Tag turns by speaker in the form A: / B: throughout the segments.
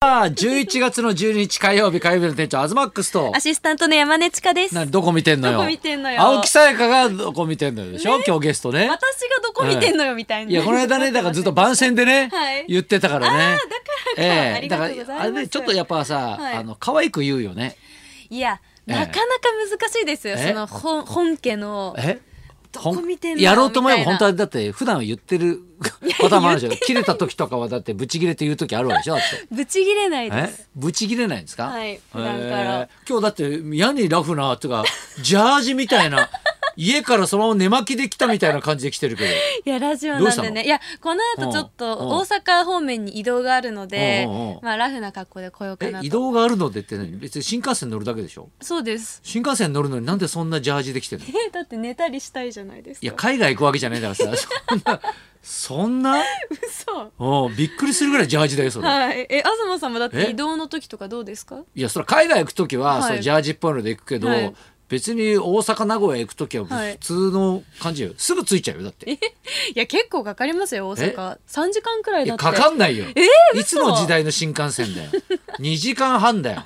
A: さあ、11月の12日火曜日、火曜日の店長、アズマックスと
B: ア、シスタントの山根千佳です。
A: な
B: 私
A: どこ見てんのよ。
B: どこ見てんのよ
A: 青木さやかがどこ見てんのよでしょ、今日ゲストね。
B: がどこ見てんのよみたいな。
A: いや、この 間ね、だからずっと番宣でね、
B: はい
A: 言ってたからね。
B: あーだからかあり
A: だ
B: が
A: か
B: とうござい
A: ら、
B: ます
A: あれね、ちょっとやっぱさ、
B: はい
A: あの、可愛く言うよね。
B: いや、
A: ええ
B: なかなか難しいですよ。
A: え
B: その本本家の
A: え
B: どこ見てんの
A: やろうと思えば
B: みた
A: 本
B: いな
A: 当はだって普段は言ってるパターンもあるでしょ切れた時とかはだってブチ切れって言う時あるわけでしょだって
B: ぶち切れないで
A: え
B: す。
A: ブチ切れないんですか
B: はい普段から
A: えー今日だって嫌にラフなと かジャージみたいな家からそのまま寝巻きで来たみたいな感じで来てるけ ど
B: いやラジオ
A: どう
B: な
A: し
B: ん
A: た
B: で
A: の
B: ね。いやこの後ちょっ
A: うんうん
B: と大阪方面に移動があるので
A: うんうんうん、
B: まあラフな格好で来ようか
A: え
B: な
A: 移
B: と。
A: 動があるのでって何別に新幹線乗るだけでしょ
B: そうです。
A: 新幹線乗るのになんでそんなジャージで来てるのい
B: えだって寝たりしたいじゃないですか。
A: や海外行くわけじゃないだ からさそんな
B: 嘘。
A: そんなうんびっくりするぐらいジャージだよそれ。
B: はい。え東さんもだっ
A: え
B: て移動の時とかどうですか？
A: いやそれ海外行く時は、
B: はい
A: そのジャージっぽいので行くけど、
B: はい
A: 別に大阪名古屋行く時は
B: はい
A: 普通の感じよ、すぐ着いちゃうよだって
B: いや結構かかりますよ大阪。三時間くらい
A: い
B: だっ
A: や
B: て。
A: かかんないよ、いつ
B: 嘘
A: の時代の新幹線だ よ2時間半だよ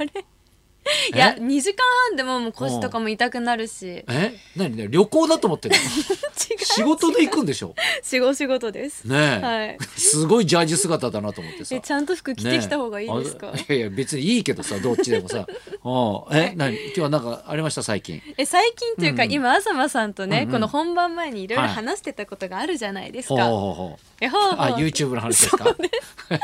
B: いや
A: え
B: 2時間半でももう腰とかも痛くなるし
A: え何ね旅行だと思 ってるの
B: 違う
A: 仕事で行くんでしょ
B: 仕事仕事です
A: ねえ、
B: はい
A: すごいジャージ姿だなと思ってさ
B: えちゃんと服着てきた方がいいですか、
A: ね えあいやいや別にいいけどさどっちで もさおうえ何今日はなんかありました最近
B: え最近というか、
A: うん
B: 今東さんとね、
A: うんうん
B: この本番前にいろいろ
A: はい
B: 話してたことがあるじゃないです
A: ほう
B: か、
A: ほうほう
B: えほうほう
A: あ、YouTube の話ですか。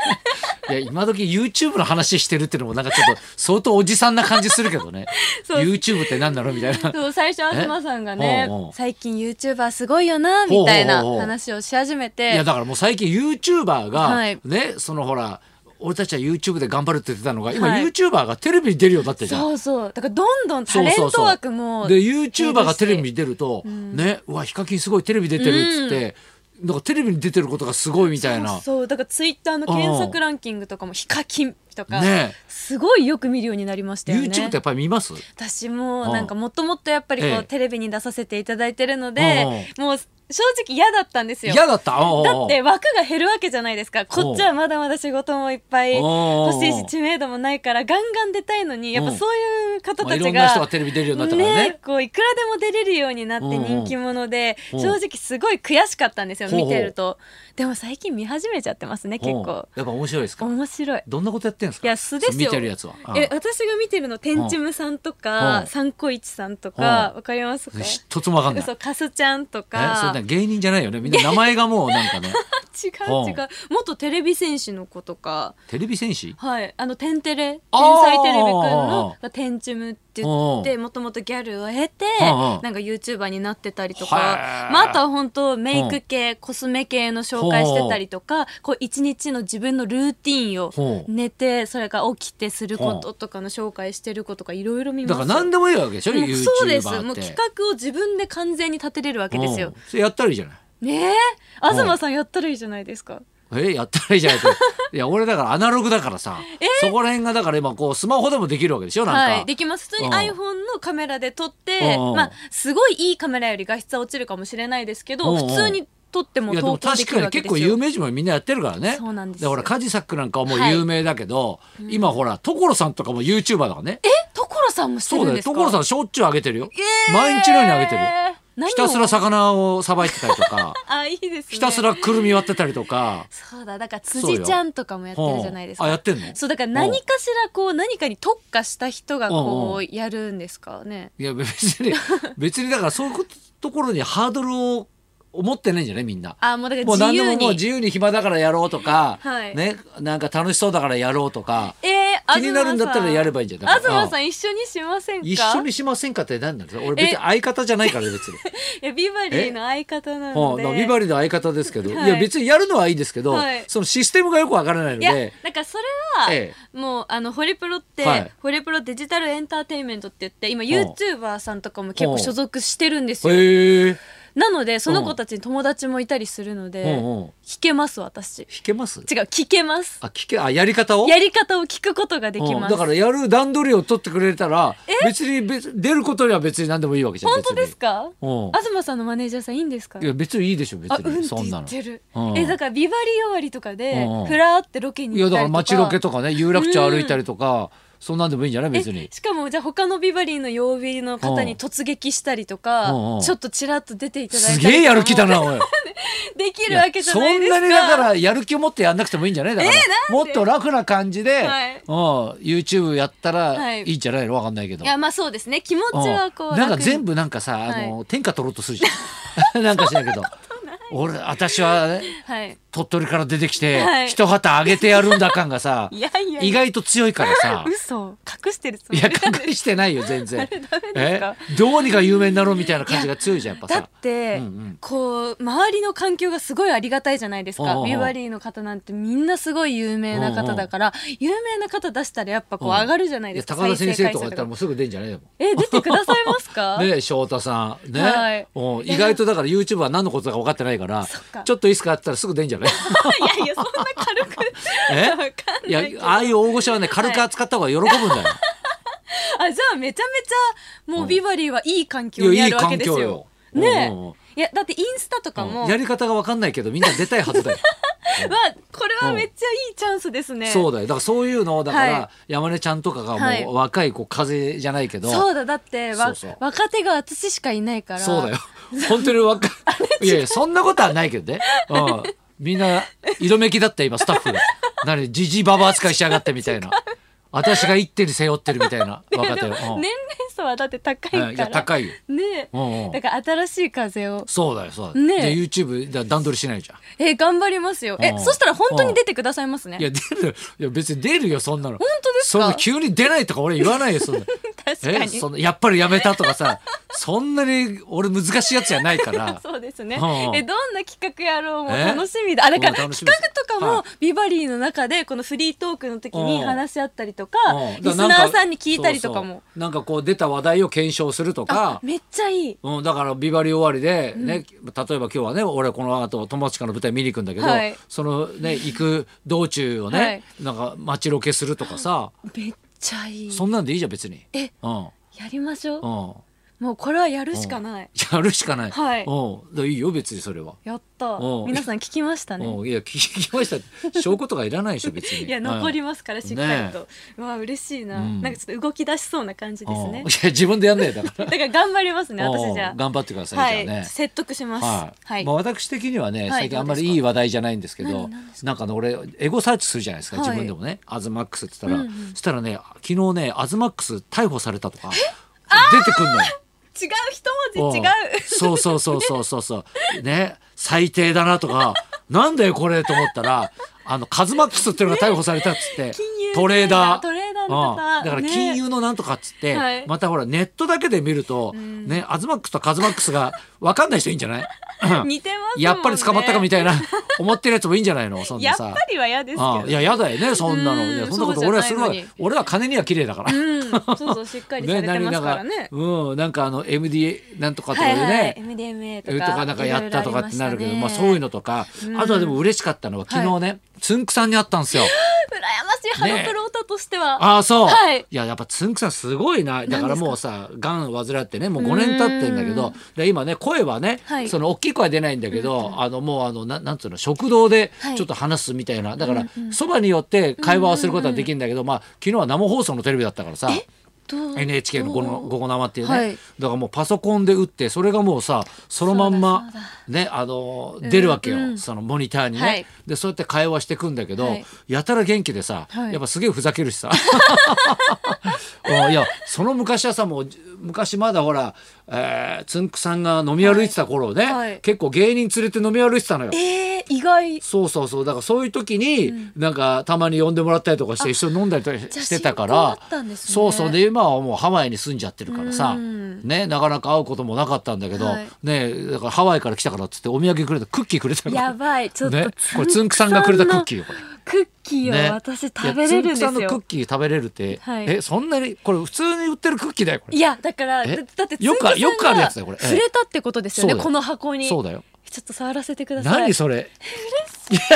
A: いや、今時 YouTube の話してるってのもなんかちょっと相当おじさんな感じするけどね。
B: そう
A: YouTube って何なのみたいな。
B: そう最初東さんがね
A: ほうほう
B: 最近 YouTuber すごいよなみたい
A: ほ
B: な
A: うほうほう
B: 話をし始めて
A: いや、だからもう最近 YouTuber が、
B: はい
A: ね、そのほら、俺たちは YouTube で頑張るって言ってたのが、今
B: はい
A: YouTuber がテレビに出るようになってるじゃん。
B: そうそうだからどんどんタレント枠も
A: で YouTuber がテレビに出ると、ねうわヒカキンすごいテレビ出てるっつって、なんかテレビに出てることがすごいみたいな
B: そうそうだからツイッターの検索ランキングとかも「ヒカキン」とか、
A: ね
B: すごいよく見るようになりましたよね
A: YouTube ってやっぱり見ます
B: 私も
A: うん
B: なんかもともとやっぱりこう、
A: ええ
B: テレビに出させていただいてるので、もう正直嫌だったんですよ。
A: 嫌だったおうおう
B: だって枠が減るわけじゃないですかこっちはまだまだ仕事もいっぱい欲しい
A: おう
B: し知名度もないからガンガン出たいのにやっぱ
A: うん
B: そういう方
A: まあ、
B: た
A: いろ
B: ち
A: んな人
B: が
A: が。テレビ出るようになったからね。
B: ねこういくらでも出れるようになって
A: うんうん
B: 人気者で、
A: うん
B: 正直すごい悔しかったんですよ
A: ほうほ
B: 見
A: う
B: てるとでも最近見始めちゃってますね結
A: うん
B: 構
A: やっぱ面白いですか。
B: 面白い
A: どんなことやってんですか。
B: いや素ですよ
A: 見てるやつは。
B: え私が見てるの天チムさんと
A: う
B: か
A: ん
B: サンコイチさんとか
A: うん
B: わかりますか
A: うん一つもわかんない。
B: 嘘カスちゃんと
A: えそれな
B: か
A: んか芸人じゃないよね。みんな名前がもうなんかね、
B: 違う違
A: うん
B: う元テレビ戦士の子とか
A: テレビ戦士。
B: はいあの天テレ
A: あー
B: 天才テレビくんの天チムって言っ
A: う
B: てもともとギャルを経て
A: うんうん
B: なんか YouTuber になってたりと
A: へ
B: か
A: ー
B: まああとは本当メイク系コスメ系の紹介してたりとかこう一日の自分のルーティンを
A: ほう
B: 寝てそれから起きてすることとかの紹介してることがいろいろ見ます
A: だから何でもいいわけでしょ。
B: もう
A: YouTuber って。
B: そうですもう企画を自分で完全に立てれるわけです
A: う
B: よ
A: ん。それやったらいいじゃない。
B: ねえ
A: ん
B: 東さんやったらいいじゃないですか
A: えやったらいいじゃないと いや俺だからアナログだからさ、そこら辺がだから今こうスマホでもできるわけでしょなんか、
B: はいできます普通に
A: うん
B: iPhone のカメラで撮って
A: うん
B: まあすごいいいカメラより画質は落ちるかもしれないですけ
A: う
B: ど
A: ん
B: 普通に撮っても
A: いやでも
B: 投稿
A: 確
B: でき
A: か
B: る
A: に
B: わけ
A: 結
B: です
A: 構有
B: よ
A: 名人もみんなやってるからね
B: そうなんです
A: だ
B: よ
A: からカジサックなんかはもう有名だけど、今ほら所さんとかも YouTuber だからね
B: え所さんもして
A: そう
B: る
A: だよ
B: んですか
A: 所さ
B: ん
A: んしょっちゅうあげてるよ、毎日のようにあげてるよひたすら魚をさばいてたりとか
B: あいいですね
A: ひたすらくるみ割ってたりとか
B: そうだだから
A: そうよ
B: 辻ちゃんとかもやってるじゃないですか
A: うんあやってんの
B: そうだから何かしらこう何かに特化した人がこ
A: う
B: うやるんですかね
A: いや別に別にだからそういうところにハードルを思ってないんじゃないみんな。
B: あもうだから
A: もう
B: 自
A: 何で
B: 由
A: ももう
B: に
A: 自由に暇だからやろうとか、
B: はい
A: ねなんか楽しそうだからやろうとか
B: えー
A: 気になるんだったらやればいいんじゃない
B: 東さん東さん一緒にしませんか
A: 一緒にしませんかって何なんですか俺別に
B: え
A: 相方じゃないから別に。
B: いやビバリーの相方な
A: は
B: の
A: あ、
B: で
A: だからビバリーの相方ですけど、
B: はい
A: い、や別にやるのはいいですけど、
B: はい
A: そのシステムがよくわからないの
B: いや
A: で
B: だからそれは、
A: え
B: もうあのホリプロって、
A: はい
B: ホリプロデジタルエンターテインメントって言って今
A: ほう
B: YouTuber さんとかも結
A: ほ
B: 構
A: う
B: 所属してるんですよ
A: へえ
B: なのでその子たちに友達もいたりするので、
A: うんうん
B: 聞けます私違
A: 弾けます
B: う聞けます
A: あ聞けあやり方を
B: やり方を聞くことができ
A: う
B: ま
A: ん
B: す、
A: だからやる段取りを取ってくれたら別に別出ることには別に何でもいいわけじゃん
B: 本当ですか
A: 別にうん
B: 東さんのマネージャーさんいいんですか
A: いや別にいいでしょ別
B: あうんっ
A: に
B: て
A: そん
B: 言
A: な
B: っ
A: の
B: てる、
A: うん
B: えだからビバリー終わりとかで
A: うんうん
B: ふらーってロケに
A: い
B: 行
A: や
B: った
A: だか
B: りと
A: ら
B: か
A: 街ロケとかね有楽町歩いたりとかそんなんでもいいんじゃない別に
B: えしかもじゃあ他のビバリーの曜日の方
A: うん
B: に突撃したりとか、
A: うんうん
B: ちょっとちらっと出ていただいたり
A: す
B: とかも
A: げえやる気だなお い
B: できるわけじゃないです
A: いやそんな
B: か
A: にだからやる気を持ってやんなくてもいいんじゃないだから、もっと楽な感じで、
B: はい
A: うん YouTube やったら
B: はいい
A: いんじゃないのわかんないけど
B: いやまあそうですね気持ちはこう、
A: うんなんか全部なんかさ、あの天下取ろうとするじゃん なんかしないけど 俺私はね、
B: 楽にはい
A: 鳥取から出てきて、
B: はい
A: 一旗あげてやるんだ感がさ
B: いやいやい
A: 意
B: や
A: 外と強いからさ
B: 嘘隠してるつも
A: い
B: り
A: や
B: なん
A: 隠
B: です
A: してないよ全然
B: ダメですか
A: えどうにか有名になろうみたいな感じが強いじゃんやっぱ
B: だ
A: さ
B: って、
A: うんうん
B: こう周りの環境がすごいありがたいじゃないです
A: うんうんう
B: か
A: ん
B: ビバリーの方なんてみんなすごい有名な方だから、有名な方出したらやっぱこう
A: うん
B: 上がるじゃない
A: い
B: で
A: や
B: すか、
A: 高田先生とかだっ
B: 再生回数
A: たらもうすぐ出んじゃねえよ
B: え出てくださいます か
A: ねえ翔太さんね、
B: はい
A: うん意外とだから YouTube は何のことだか分かってないから
B: そっか
A: ちょっといいっすかって言ったらすぐ出んじゃない
B: いやいやそんな軽く
A: え
B: わかんない
A: いや
B: けど
A: ああいう大御所はね軽く扱った方が喜ぶんだよ、
B: あじゃあめちゃめちゃもうビバリーはいい環境
A: い、
B: に
A: や
B: あ
A: いい
B: るわけ
A: 環
B: ですよ。
A: 境よ
B: ねえ、
A: うんうんうん
B: いやだってインスタとかも、
A: やり方が分かんないけどみんな出たいはずだよ、
B: わこれはめっちゃいいチャンスですね。
A: そう
B: う
A: だよだからそういうのをだから、
B: は
A: 山根ちゃんとかが
B: はい
A: もう若い子風じゃないけど、
B: そうだだってわ
A: そうそう
B: 若手が私しかいないから
A: そうだよ。本当に若 い。いやいや、そんなことはないけどね。うん。みんな、色めきだったよ今、スタッフが。何、じじばば扱いしやがってみたいな。私が一手に背負ってるみたい な若手
B: で
A: を。
B: も年
A: うん
B: 齢層はだって高い
A: うんい
B: か
A: や、
B: ら
A: 高いよ。
B: ねえ
A: うんうん
B: だから新しい風を
A: そうだよ、そうだよ。
B: ね
A: で、
B: え
A: YouTube だ、段取りしないじゃん。
B: え頑張りますよ
A: う
B: え
A: ん
B: そしたら本当に出てくださいますね
A: いや、出る。いや、別に出るよ、そんなの。本
B: 当ですか
A: そんな急に出ないとか俺言わないよ、 そんな。
B: 確か
A: え
B: に
A: そのやっぱりやめたとかさ、そんなに俺難しいやつじゃないから。
B: そうですね
A: うん。
B: え、どんな企画やろうも
A: え
B: 楽しみだ。あ、だか
A: うん
B: ら
A: 楽し
B: 企
A: みです
B: 画とか
A: は
B: もビバリーの中でこのフリートークの時
A: う
B: に
A: ん
B: 話し合ったりとか
A: うん、
B: リスナーさんに聞いたりとか
A: そう
B: も。
A: そうなんかこう出た話題を検証すると
B: あ
A: か、
B: めっちゃいい。
A: うん、だからビバリー終わりでね、例えば今日はね俺この後友近の舞台見に行くんだけど、
B: はい
A: そのね行く道中をね、
B: はい
A: なんか街ロケするとかさ
B: めっちゃいい。
A: そんなんでいいじゃん別に。
B: え、
A: うん
B: やりましょ
A: う
B: う。
A: ん、
B: もうこれはやるしかない。
A: やるしかない。
B: はい
A: うん、だからいいよ別にそれは。
B: やった
A: うん。
B: 皆さん聞きましたね。
A: うん、いや聞きましたって証拠とかいらないでしょ別に。
B: いや、残り
A: ま
B: ますから、しっかりと。うわ、嬉しいな。
A: うん
B: なんかちょっと動き出しそうな感じですね
A: いや。自分でやんないよだか
B: だ
A: ら。
B: から頑張ります ね、
A: う
B: 私
A: ん
B: じゃあ。
A: 頑張ってください、
B: は
A: じゃあね
B: い。。説得しま
A: は
B: す。
A: い
B: はい
A: まあ、。私的にはね、
B: い
A: 最近あんまり
B: どうです
A: い
B: か
A: い話題じゃないんですけど
B: 何何です
A: なんかあの俺エゴサーチするじゃないですか、
B: はい
A: 自分でもね「アズマックス」って言ったら、
B: うんうん
A: そしたらね昨日ね「アズマックス逮捕された」とか出てくんのよ。
B: 違う、一文字違う。
A: うんそうそうそうそうそうそうね最低だなとか なんだよこれと思ったらあのカズマックスっていうのが逮捕されたっつって、
B: 金融
A: トレーダー
B: トレーダーの方
A: うんだから
B: ね
A: 金融のなんとかっつって、
B: はい
A: またほらネットだけで見ると、ねアズマックスとカズマックスが分かんない人いいんじゃない
B: 似てますもんね。
A: やっぱり捕まったかみ
B: た
A: たいな思ってるやつもいいんじゃないのそん
B: や
A: な
B: っ
A: さ
B: ぱ。りは嫌ですけ
A: あ
B: ど。
A: あいややだよねそんなの
B: う
A: い
B: ん
A: やそんなこと俺はするわ
B: そうじゃないのに
A: 俺は金には綺麗だから。
B: うん、そうそう、しっかりされてますからね。
A: うんなんかあの MD なんとかとか
B: は
A: で
B: い
A: ね、
B: はい、MDMA と
A: と
B: か
A: かなんかやったとかってなるけどまあそういう
B: の
A: のとか
B: うん
A: あとはでも嬉しかったのは昨日ねつんくさんに会ったんですよ。
B: 羨ましいハロプロオタとしては、
A: ああそう、
B: はい
A: ややっぱつんくさんすごいなだからもうさがんを患ってねもう5年経ってんだけどで今ね声はね、
B: はい
A: その大きい声は出ないんだけど、あのもうあのななんつうの食堂で
B: はい
A: ちょっと話すみたいな、だからそば、によって会話をすることはできるんだけど、まあ昨日は生放送のテレビだったからさ。
B: どう
A: NHK の「
B: ど
A: こ
B: う
A: の午後生」っていうね、
B: はい
A: だからもうパソコンで打ってそれがもうさそのまんま
B: そうだ
A: ねあの出るわけよ、
B: うんうん
A: そのモニターにね、
B: はい
A: でそうやって会話してくんだけど、
B: はい
A: やたら元気でさ、
B: はい
A: やっぱすげえふざけるし さうんいやその昔はさもう昔まだほら、えーつんくさんが飲み歩いてた頃ね、
B: はいはい
A: 結構芸人連れて飲み歩いてたのよ。
B: えー、意外
A: そうそうそうだからそういう時に、
B: うん
A: なんかたまに呼んでもらったりとかして一緒に飲んだりとか
B: じゃあ
A: してたか
B: 親交
A: ら
B: だったんですね
A: そうそうで今はもうハワイに住んじゃってるからさ、
B: うん
A: ね、なかなか会うこともなかったんだけど、
B: はい
A: ねだからハワイから来たからっつってお土産くれたクッキーくれたの
B: やばいちょっと、
A: ね、これつんくさんがくれたクッキ
B: ー
A: ーよこれ。
B: クッキーを、
A: ね
B: 私食べれるんです
A: いやつくさんのク
B: よ
A: ッキー食べれるって、
B: はい
A: えそんなにこれ普通に売ってるクッキーだよこれ
B: いやだから
A: え
B: だだって
A: よくあ
B: つんく
A: よくあ
B: さん
A: る
B: が
A: やつだよこれええ
B: 触れたってことですよね
A: そうだよ
B: この箱に
A: そうだよ
B: ちょっと触らせてください
A: 何それ嬉しい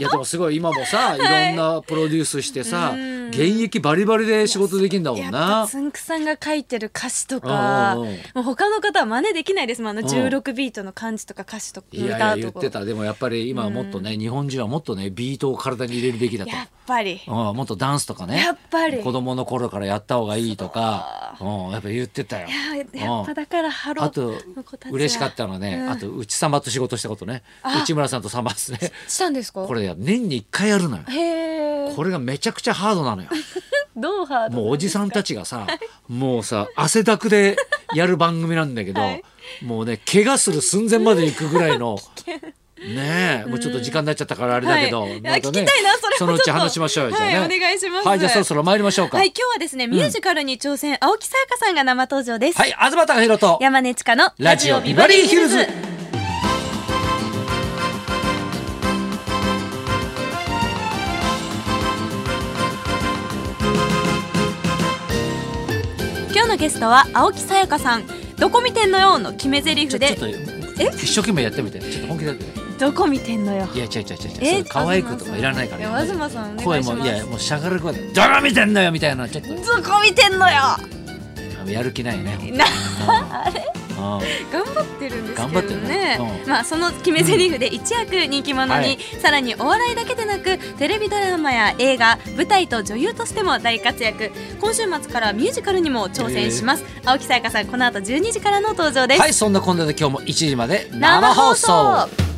A: いやでもすごい今もさいろんなプロデュースしてさ、
B: うん
A: 現役バリバリで仕事できんだも
B: や
A: ん
B: っ
A: な
B: ぱつんくさんが書いてる歌詞とか
A: うんうんうん
B: もう他の方は真似できないですもんあの
A: うん
B: 16ビートの感じとか歌詞とか
A: いやいや
B: 歌う
A: 言
B: と
A: っ
B: こ
A: てたでもやっぱり今はもっとね、日本人はもっとねビートを体に入れるべきだと
B: やっぱり
A: うん、もっとダンスとかね
B: やっぱり
A: 子供の頃からやった方がいいとか、うん、やっぱ言ってたよ
B: いややっ
A: う
B: ぱ
A: ん
B: だからハロー
A: あと
B: の子たちは
A: 嬉しかったのはね、
B: うん
A: あと内様と仕事したことね
B: あ
A: 内村さんとサマースね
B: したんですか
A: これね年に1回やるのよ
B: へえ
A: これがめちゃくちゃハードなのよ
B: どうハード
A: もうおじさんたちがさもうさ汗だくでやる番組なんだけど、
B: はい
A: もうね怪我する寸前まで行くぐらいのねえもうちょっと時間になっちゃったからあれだけど、
B: はいいや
A: まね
B: 聞きたいなそれも
A: のう
B: ち
A: ち
B: ょっと
A: 話しましょうよじゃあね、
B: はいお願いします
A: はいじゃあそろそろ参りましょうか
B: はい今日はですねミュージカルに挑戦、青木さやかさんが生登場です、
A: はい、東隆弘と
B: 山根千佳の
A: ラジオビバリーヒルズ。
B: 今日のゲストは青木さやかさんどこ見てんのよの決め台
A: ち
B: 詞
A: ょちょ
B: で
A: っと一生懸命やってみてちょっと本気でやってみて
B: どこ見てんのよ
A: いや違う違う違う違う可愛くとかいらないから
B: 東さんいや東さんお願
A: 声
B: いします
A: もいやもうしゃがる声で「ドラ見てんのよ!」みたいなちょっと
B: どこ見てんのよ
A: あのやる気ないね
B: な
A: あれ
B: 頑張ってるんです
A: 頑
B: け
A: 張
B: ど
A: ってる
B: ね
A: ねうん
B: まあその決め台詞で一躍人気者
A: は
B: に、
A: い
B: さらにお笑いだけでなくテレビドラマや映画舞台と女優としても大活躍今週末からミュージカルにも挑戦します、青木さやかさんこの後12時からの登場です、
A: はいそんなこんなで今日も1時まで生放送
B: 生放送